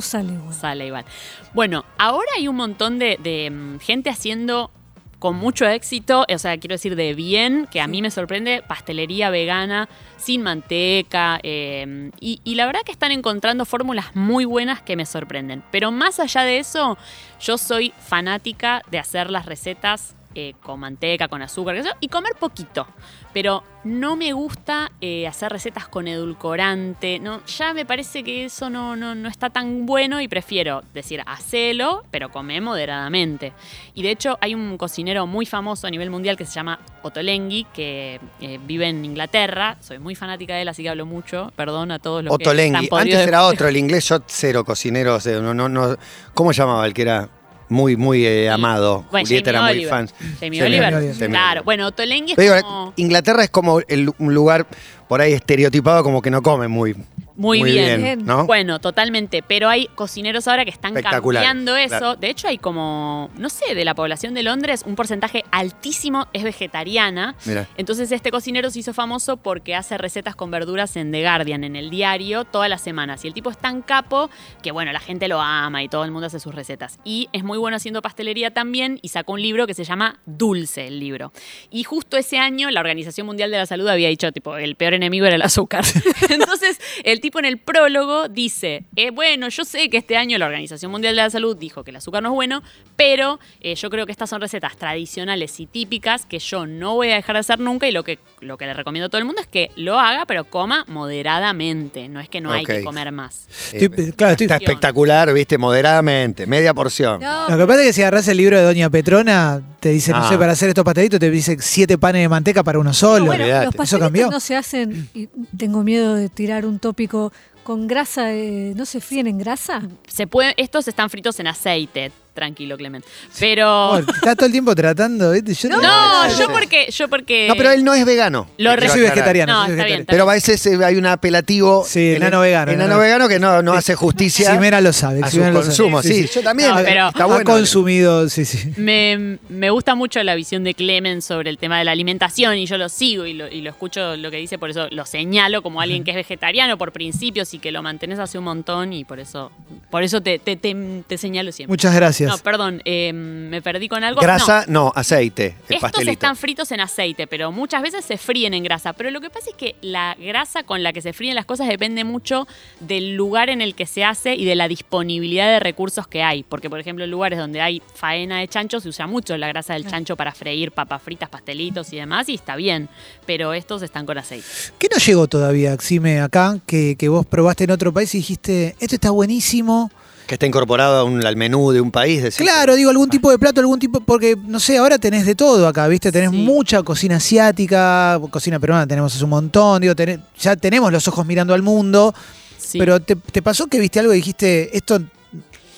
S5: sale igual.
S3: Sale igual. Bueno, ahora hay un montón de, de, mm, gente haciendo con mucho éxito, o sea, quiero decir de bien, que a mí me sorprende, pastelería vegana, sin manteca, eh, y, y la verdad que están encontrando fórmulas muy buenas que me sorprenden. Pero más allá de eso, yo soy fanática de hacer las recetas eh, con manteca, con azúcar, qué sé yo, y comer poquito. Pero no me gusta eh, hacer recetas con edulcorante. No, ya me parece que eso no, no, no está tan bueno y prefiero decir, hacelo, pero come moderadamente. Y de hecho hay un cocinero muy famoso a nivel mundial que se llama Otolenghi, que eh, vive en Inglaterra. Soy muy fanática de él, así que hablo mucho. Perdón a todos los que
S2: Otolenghi.
S3: están podridos
S2: Antes
S3: de-
S2: era otro, el inglés, yo cero cocinero. o sea, no, no, no- ¿Cómo llamaba el que era muy, muy eh, amado?
S3: Bueno,
S2: Julieta era
S3: Jamie
S2: muy
S3: Oliver.
S2: fan.
S3: Jamie
S2: Jamie
S3: Oliver.
S4: Oliver.
S2: Jamie
S3: Claro,
S2: Oliver.
S3: bueno, Otolenghi es
S2: Pero digo,
S3: como...
S2: Inglaterra es como el- un lugar por ahí estereotipado como que no come muy, eh,
S3: Muy bien.
S2: ¿no?
S3: Bueno, totalmente, pero hay cocineros ahora que están
S2: Espectacular,
S3: cambiando eso.
S2: claro.
S3: De hecho, hay como, no sé, de la población de Londres, un porcentaje altísimo es vegetariana.
S2: Mira.
S3: Entonces este cocinero se hizo famoso porque hace recetas con verduras en The Guardian, en el diario, todas las semanas. Y el tipo es tan capo que, bueno, la gente lo ama y todo el mundo hace sus recetas. Y es muy bueno haciendo pastelería también y sacó un libro que se llama Dulce, el libro. Y justo ese año la Organización Mundial de la Salud había dicho, tipo, el peor enemigo era el azúcar. Entonces el tipo en el prólogo dice, eh, bueno, yo sé que este año la Organización Mundial de la Salud dijo que el azúcar no es bueno, pero eh, yo creo que estas son recetas tradicionales y típicas que yo no voy a dejar de hacer nunca y lo que, lo que le recomiendo a todo el mundo es que lo haga, pero coma moderadamente, no es que no hay
S2: Ok.
S3: que comer más.
S4: Estoy- claro, estoy-
S2: Está espectacular, viste, moderadamente, media porción.
S5: No,
S4: Lo que pasa es que si agarras el libro de Doña Petrona, te dice, no
S2: Ah.
S4: sé, para hacer estos pastelitos, te dice siete panes de manteca para uno solo.
S5: bueno,
S2: olvidate.
S5: los
S2: Eso
S5: pastelitos
S4: cambió.
S5: no se hacen, y tengo miedo de tirar un tópico con grasa, de- ¿no se fríen en grasa?
S3: Se puede, estos están fritos en aceite, tranquilo Clement, pero...
S4: Oh, está todo el tiempo tratando, ¿viste? Yo
S5: No,
S3: No,
S2: sí,
S3: yo
S2: sí.
S3: porque... Yo porque
S2: No, pero él no es vegano.
S3: eh, Lo
S2: Quiero
S4: yo soy
S2: aclarar.
S4: vegetariano.
S3: No,
S4: yo soy
S3: está bien,
S4: vegetariano.
S3: está
S2: Pero a veces eh, hay un apelativo.
S4: Sí,
S2: en-
S4: enano vegano,
S2: Enano
S4: enano-
S2: vegano que no, no hace justicia
S4: Simena lo sabe.
S2: a su
S4: Ximena lo sabe.
S2: consumo. Sí, yo también.
S3: No,
S2: eh,
S3: pero-
S2: está
S4: ha
S2: bueno.
S4: consumido, sí, sí.
S3: Me, me gusta mucho la visión de Clemen sobre el tema de la alimentación y yo lo sigo y lo, y lo escucho lo que dice, por eso lo señalo como alguien que es vegetariano por principios y que lo mantenés hace un montón y por eso, por eso te, te, te- te señalo siempre.
S4: Muchas gracias.
S3: No, perdón, eh, me perdí con algo. No.
S2: Grasa, no, aceite, el
S3: Estos
S2: pastelito.
S3: están fritos en aceite, pero muchas veces se fríen en grasa. Pero lo que pasa es que la grasa con la que se fríen las cosas depende mucho del lugar en el que se hace y de la disponibilidad de recursos que hay. Porque, por ejemplo, en lugares donde hay faena de chancho se usa mucho la grasa del chancho para freír papas fritas, pastelitos y demás, y está bien. Pero estos están con aceite.
S4: ¿Qué no llegó todavía, Xime, acá, que, que vos probaste en otro país y dijiste, esto está buenísimo?
S2: Que está incorporado a un- al menú de un país. decís.
S4: Claro, digo, algún tipo de plato, algún tipo, porque, no sé, ahora tenés de todo acá, ¿viste? Tenés
S3: Sí.
S4: mucha cocina asiática, cocina peruana tenemos hace un montón, digo, tenés- ya tenemos los ojos mirando al mundo,
S3: Sí.
S4: pero te, te pasó que viste algo y dijiste, esto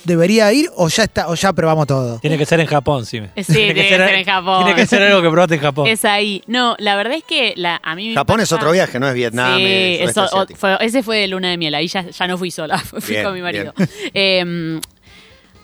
S4: debería ir o ya está, o ya probamos todo?
S1: Tiene que ser en Japón, sí.
S3: Sí, tiene que ser en Japón.
S1: Tiene que ser algo que probaste en Japón.
S3: es ahí. No, la verdad es que la, a mí me
S2: Japón es
S3: pasa-
S2: otro viaje, no es Vietnam.
S3: Sí,
S2: es sudeste
S3: eso- o-
S2: asiático.
S3: fue- ese fue de luna de miel, ahí ya, ya no fui sola, fui
S2: Bien,
S3: con mi marido. Eh,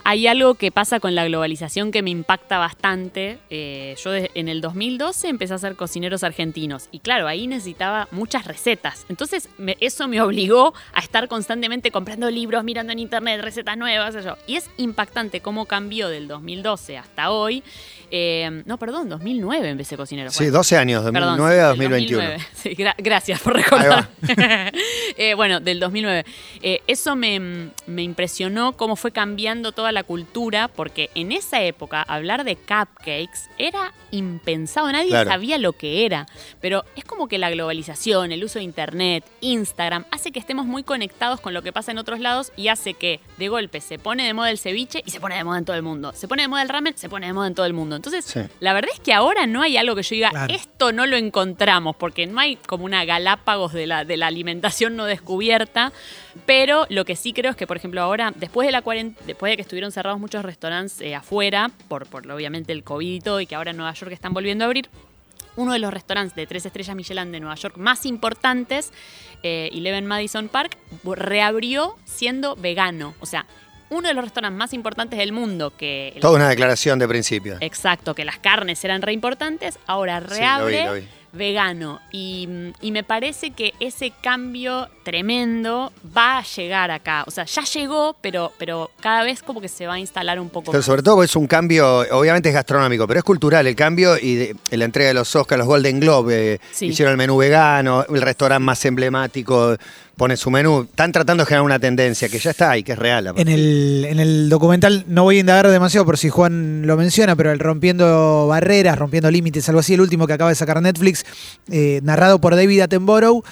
S3: hay algo que pasa con la globalización que me impacta bastante. Eh, yo de- en el 2012 empecé a hacer cocineros argentinos y claro, ahí necesitaba muchas recetas. Entonces me- eso me obligó a estar constantemente comprando libros, mirando en internet recetas nuevas. eso. Y es impactante cómo cambió del 2012 hasta hoy. Eh, no, perdón, 2009 empecé cocineros.
S2: Sí,
S3: Bueno,
S2: 12 años,
S3: Perdón,
S2: 2009 a
S3: del
S2: 2021.
S3: 2009. Sí, gra- gracias por recordar. Eh, bueno, del 2009. Eh, eso me, me impresionó cómo fue cambiando toda la cultura, porque en esa época hablar de cupcakes era impensado, nadie
S2: Claro.
S3: sabía lo que era. Pero es como que la globalización, el uso de Internet, Instagram, hace que estemos muy conectados con lo que pasa en otros lados y hace que de golpe se pone de moda el ceviche y se pone de moda en todo el mundo. Se pone de moda el ramen, se pone de moda en todo el mundo. Entonces,
S2: Sí.
S3: la verdad es que ahora no hay algo que yo diga,
S4: Claro.
S3: esto no lo encontramos, porque no hay como una galápagos de la, de la alimentación no descubierta. Pero lo que sí creo es que, por ejemplo, ahora, después de la cuarentena, después de que estuvieron cerrados muchos restaurantes eh, afuera, por, por obviamente el COVID y todo, y que ahora en Nueva York están volviendo a abrir, uno de los restaurantes de tres estrellas Michelin de Nueva York más importantes, eh, Eleven Madison Park, reabrió siendo vegano. O sea, uno de los restaurantes más importantes del mundo que...
S2: Toda una declaración de principio.
S3: Exacto, que las carnes eran re importantes, ahora
S2: Sí, lo vi,
S3: reabre
S2: lo vi.
S3: vegano. Y, y me parece que ese cambio tremendo va a llegar acá. O sea, ya llegó, pero, pero cada vez como que se va a instalar un poco
S2: Pero
S3: más.
S2: sobre todo es un cambio, obviamente es gastronómico, pero es cultural el cambio y de- en la entrega de los Oscars, los Golden Globe, eh,
S3: Sí.
S2: hicieron el menú vegano, el restaurante más emblemático pone su menú. Están tratando de generar una tendencia que ya está y que es real. aparte.
S4: En el, en el documental, no voy a indagar demasiado por si Juan lo menciona, pero el Rompiendo Barreras, Rompiendo Límites, algo así, el último que acaba de sacar Netflix, eh, narrado por David Attenborough.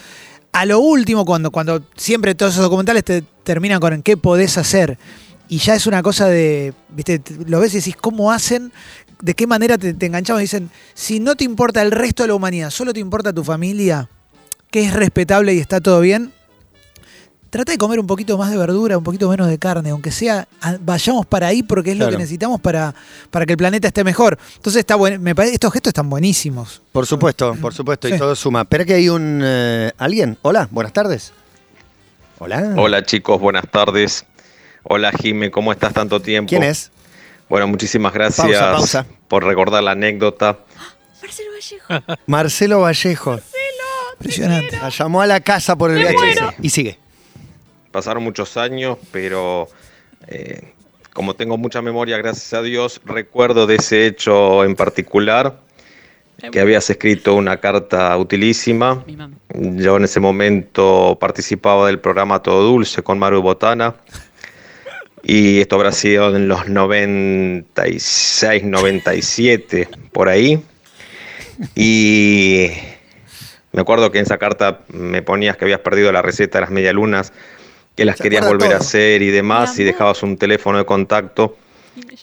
S4: A lo último, cuando, cuando siempre todos esos documentales te terminan con qué podés hacer. Y ya es una cosa de, viste, t- lo ves y decís, ¿cómo hacen? ¿De qué manera te, te enganchamos? Dicen, si no te importa el resto de la humanidad, solo te importa tu familia, que es respetable y está todo bien, Trata de comer un poquito más de verdura, un poquito menos de carne, aunque sea a- vayamos para ahí porque es lo
S2: Claro.
S4: que necesitamos para, para que el planeta esté mejor. Entonces está buen- me parece, estos gestos están buenísimos.
S2: Por supuesto, por supuesto, y
S4: Sí.
S2: todo suma. Pero que hay un... eh, ¿Alguien? Hola, buenas tardes. Hola.
S6: Hola chicos, buenas tardes. Hola Jime, ¿cómo estás tanto tiempo?
S2: ¿Quién es?
S6: Bueno, muchísimas gracias
S2: Pausa, pausa.
S6: por recordar la anécdota.
S3: Marcelo Vallejo.
S2: Marcelo Vallejo.
S4: Impresionante.
S2: La llamó a la casa por el
S6: Me
S2: VHS.
S6: muero.
S2: Y sigue.
S6: Pasaron muchos años, pero eh, como tengo mucha memoria, gracias a Dios, recuerdo de ese hecho en particular, que habías escrito una carta utilísima.
S3: Mi mamá.
S6: Yo en ese momento participaba del programa Todo Dulce con Maru Botana. Y esto habrá sido en los 96, 97, por ahí. Y me acuerdo que en esa carta me ponías que habías perdido la receta de las medialunas, que las
S2: Se
S6: querías
S2: acuerda
S6: volver a
S2: todo.
S6: hacer y demás,
S3: Mi
S6: y
S3: amor.
S6: dejabas un teléfono de contacto.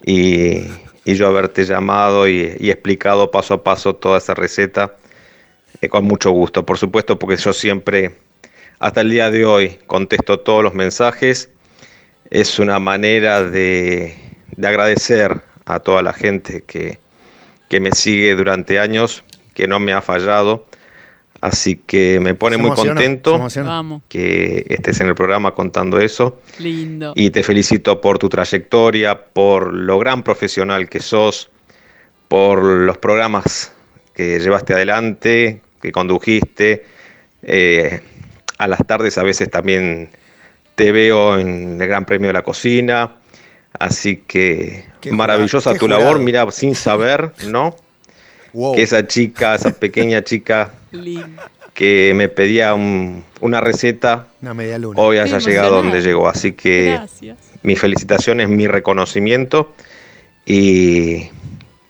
S6: Y, y yo haberte llamado y, y explicado paso a paso toda esa receta eh, con mucho gusto, por supuesto, porque yo siempre, hasta el día de hoy, contesto todos los mensajes. Es una manera de, de agradecer a toda la gente que, que me sigue durante años, que no me ha fallado. Así que me pone
S2: Se
S6: muy
S2: emociona, se
S6: contento
S2: emociona.
S3: Vamos,
S6: que estés en el programa contando eso.
S3: lindo.
S2: eh,
S6: Y te felicito por tu trayectoria, por lo gran profesional que sos, por los programas que llevaste adelante, que condujiste. Eh, a las tardes a veces también te veo en el Gran Premio de la Cocina. Así que
S2: Qué
S6: maravillosa
S2: jurado, qué
S6: tu
S2: jurado. Oh.
S6: labor, mira, sin saber, ¿no?
S2: Wow.
S6: Que esa chica, esa pequeña chica
S3: lindo.
S6: que me pedía un- una receta,
S2: Una media luna.
S6: hoy haya
S3: Estoy
S6: llegado
S3: emocionada.
S6: donde llegó. Así que
S3: Gracias.
S6: mis felicitaciones, mi reconocimiento y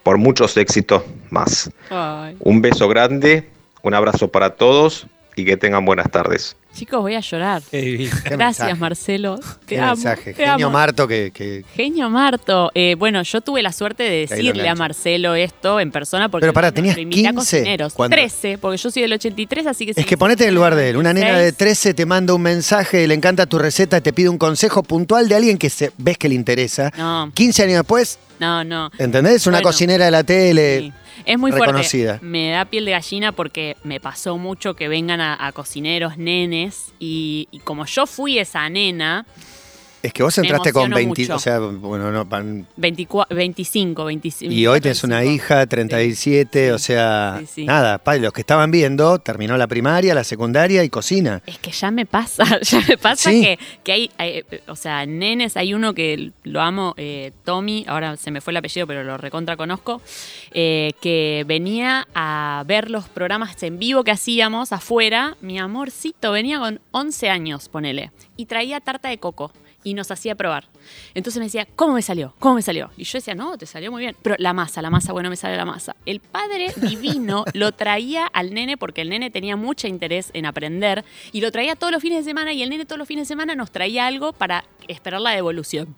S6: por muchos éxitos más.
S3: Ay.
S6: Un beso grande, un abrazo para todos y que tengan buenas tardes.
S3: Chicos, voy a llorar.
S1: Qué
S2: Qué
S1: divino.
S3: Gracias,
S2: este mensaje,
S3: Marcelo. Te
S2: qué
S3: amo.
S2: mensaje.
S3: te
S2: Genio
S3: amo.
S2: Marto que, que-
S3: Genio Marto. Eh, bueno, yo tuve la suerte de
S2: lo
S3: decirle a
S2: engancho.
S3: Marcelo esto en persona porque
S2: Pero pará,
S3: lo
S2: tenías
S3: invité a
S2: 15
S3: cocineros.
S2: cuando-
S3: 13, porque yo soy del 83, así que
S2: Es que ponete en el lugar de él. Una nena de
S3: 13.
S2: 13 te manda un mensaje, le encanta tu receta, te pide un consejo puntual de alguien que se, ves que le interesa.
S3: No,
S2: 15 años después,
S3: no, no.
S2: ¿entendés? Una
S3: Bueno.
S2: cocinera de la
S3: Sí.
S2: tele.
S3: Es muy
S2: reconocida.
S3: fuerte. Me da piel de gallina porque me pasó mucho que vengan a, a cocineros, nenes, y, y como yo fui esa nena,
S2: Es que vos entraste con
S3: emociono
S2: 20,
S3: mucho.
S2: o sea, bueno, no, pan-
S3: 24, 25, 25.
S2: y hoy tenés una
S3: 25.
S2: hija, 37,
S3: Sí.
S2: o sea,
S3: Sí, sí.
S2: nada, pa, los que estaban viendo, terminó la primaria, la secundaria y cocina.
S3: Es que ya me pasa, ya me pasa
S2: Sí.
S3: que, que hay, hay, o sea, nenes, hay uno que lo amo, eh, Tommy, ahora se me fue el apellido, pero lo recontra conozco, eh, que venía a ver los programas en vivo que hacíamos afuera, mi amorcito, venía con 11 años, ponele, y traía tarta de coco. Y nos hacía probar. Entonces me decía, ¿cómo me salió? ¿Cómo me salió? Y yo decía, no, te salió muy bien. Pero la masa, la masa, bueno, me sale la masa. El padre divino lo traía al nene porque el nene tenía mucho interés en aprender y lo traía todos los fines de semana y el nene todos los fines de semana nos traía algo para esperar la devolución.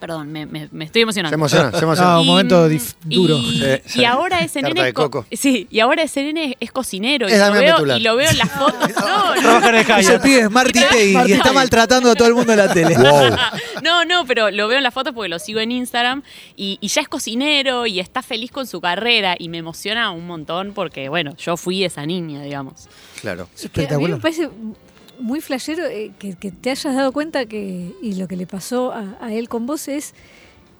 S3: Perdón, me, me- me estoy
S2: Se
S3: emocionando.
S2: emociona, se emociona.
S4: Ah, un momento dif-
S3: y-
S4: duro.
S3: Y,
S2: Sí, sí.
S3: ahora ese
S2: Tarta
S3: nene.
S2: de
S3: co-
S2: coco.
S3: Sí, y ahora ese nene es cocinero.
S2: Es
S3: y, lo
S2: Damián
S3: veo,
S2: Betular.
S3: y lo veo en las fotos. No, no,
S1: Trabaja en el
S4: Ese
S1: Hyatt.
S4: pibe es Marty Tei y está maltratando a todo el mundo en la tele.
S2: Wow.
S3: No, no, pero lo veo en las fotos porque lo sigo en Instagram y, y ya es cocinero y está feliz con su carrera y me emociona un montón porque, bueno, yo fui esa niña, digamos.
S2: Claro.
S5: Que a mí me
S4: Espectacular.
S5: parece muy flashero eh, que, que te hayas dado cuenta que, y lo que le pasó a, a él con vos es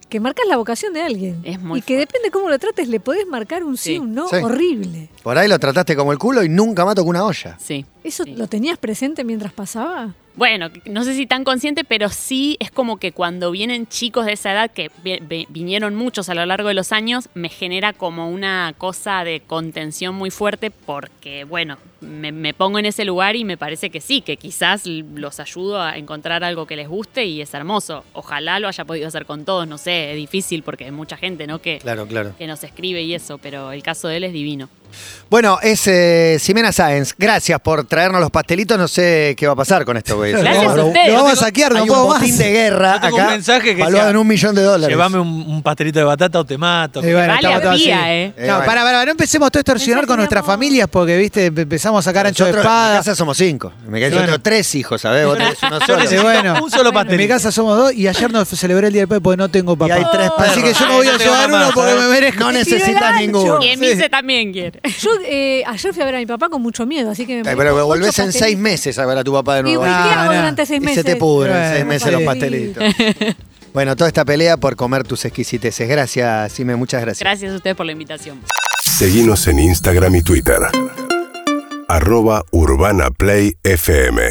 S5: que marcas la vocación de alguien.
S3: Es muy
S5: y que
S3: fuerte.
S5: depende cómo lo trates, le podés marcar un sí,
S3: Sí.
S5: un no
S2: Sí.
S5: horrible.
S2: Por ahí lo trataste como el culo y nunca más tocó una olla.
S3: Sí.
S5: ¿Eso
S3: Sí.
S5: lo tenías presente mientras pasaba?
S3: Bueno, no sé si tan consciente, pero sí es como que cuando vienen chicos de esa edad, que vi- vi- vinieron muchos a lo largo de los años, me genera como una cosa de contención muy fuerte porque, bueno, me, me pongo en ese lugar y me parece que sí, que quizás l- los ayudo a encontrar algo que les guste y es hermoso. Ojalá lo haya podido hacer con todos, no sé, es difícil porque hay mucha gente, ¿no? Que,
S2: Claro, claro.
S3: que nos escribe y eso, pero el caso de él es divino.
S2: Bueno, es eh, Ximena Sáenz. Gracias por traernos los pastelitos. No sé qué va a pasar con esto. güey.
S3: Gracias
S2: Supongo-
S3: a ustedes.
S4: Lo vamos a
S3: Tengo-
S4: saquear,
S2: Hay
S4: no
S2: un
S4: puedo
S2: botín
S4: más.
S2: de guerra
S1: Yo tengo un
S2: acá,
S1: mensaje que
S2: valuado
S1: decía,
S2: en un millón de dólares.
S1: Llévame un, un pastelito de batata o te mato.
S4: Eh, bueno,
S3: Vale,
S4: estamos todos
S3: había,
S4: así.
S3: ¿eh?
S2: Eh,
S4: No,
S2: bueno.
S4: para, para, no empecemos todo a extorsionar
S5: Mensaje
S4: con
S5: de
S4: nuestras
S5: amor.
S4: familiales porque, viste, empe- empezamos a sacar ancho de
S2: Nosotros En mi
S4: espada.
S2: casa somos cinco. Me quedé
S4: Sí,
S2: yo
S4: bueno.
S2: tengo tres hijos, ¿sabes? Vos tenés uno
S1: Yo
S2: solo.
S4: Sí,
S1: necesito
S4: bueno.
S1: un solo
S4: En mi
S1: pastelito.
S4: casa somos dos y ayer nos celebré el Día del Padre porque no tengo
S2: Y
S4: papá.
S2: hay tres perros.
S4: Así que yo me voy
S1: Ay,
S4: a
S1: no te
S4: llevar
S1: va más,
S4: uno porque
S1: ¿eh?
S4: me merezco.
S2: No
S5: Tiró el
S2: necesitas
S5: ancho.
S2: ninguno.
S3: Y
S2: Eh,
S3: Emilce también quiere.
S5: Yo eh, ayer fui a ver a mi papá con mucho miedo, así que me
S2: Pero
S5: ocho
S2: volvés en seis
S5: pastelitos.
S2: meses a ver a tu papá de
S5: Y
S2: nuevo.
S5: volví
S4: Ah,
S5: a
S4: no.
S5: durante seis
S2: Y
S5: meses.
S2: se te pudren
S4: Bueno,
S2: seis meses los
S4: sí.
S2: pastelitos. bueno, toda esta pelea por comer tus exquisiteces. Gracias, Sime, muchas gracias.
S3: Gracias a ustedes por la invitación.
S7: Seguinos en Instagram y Twitter. Arroba Urbana Play FM.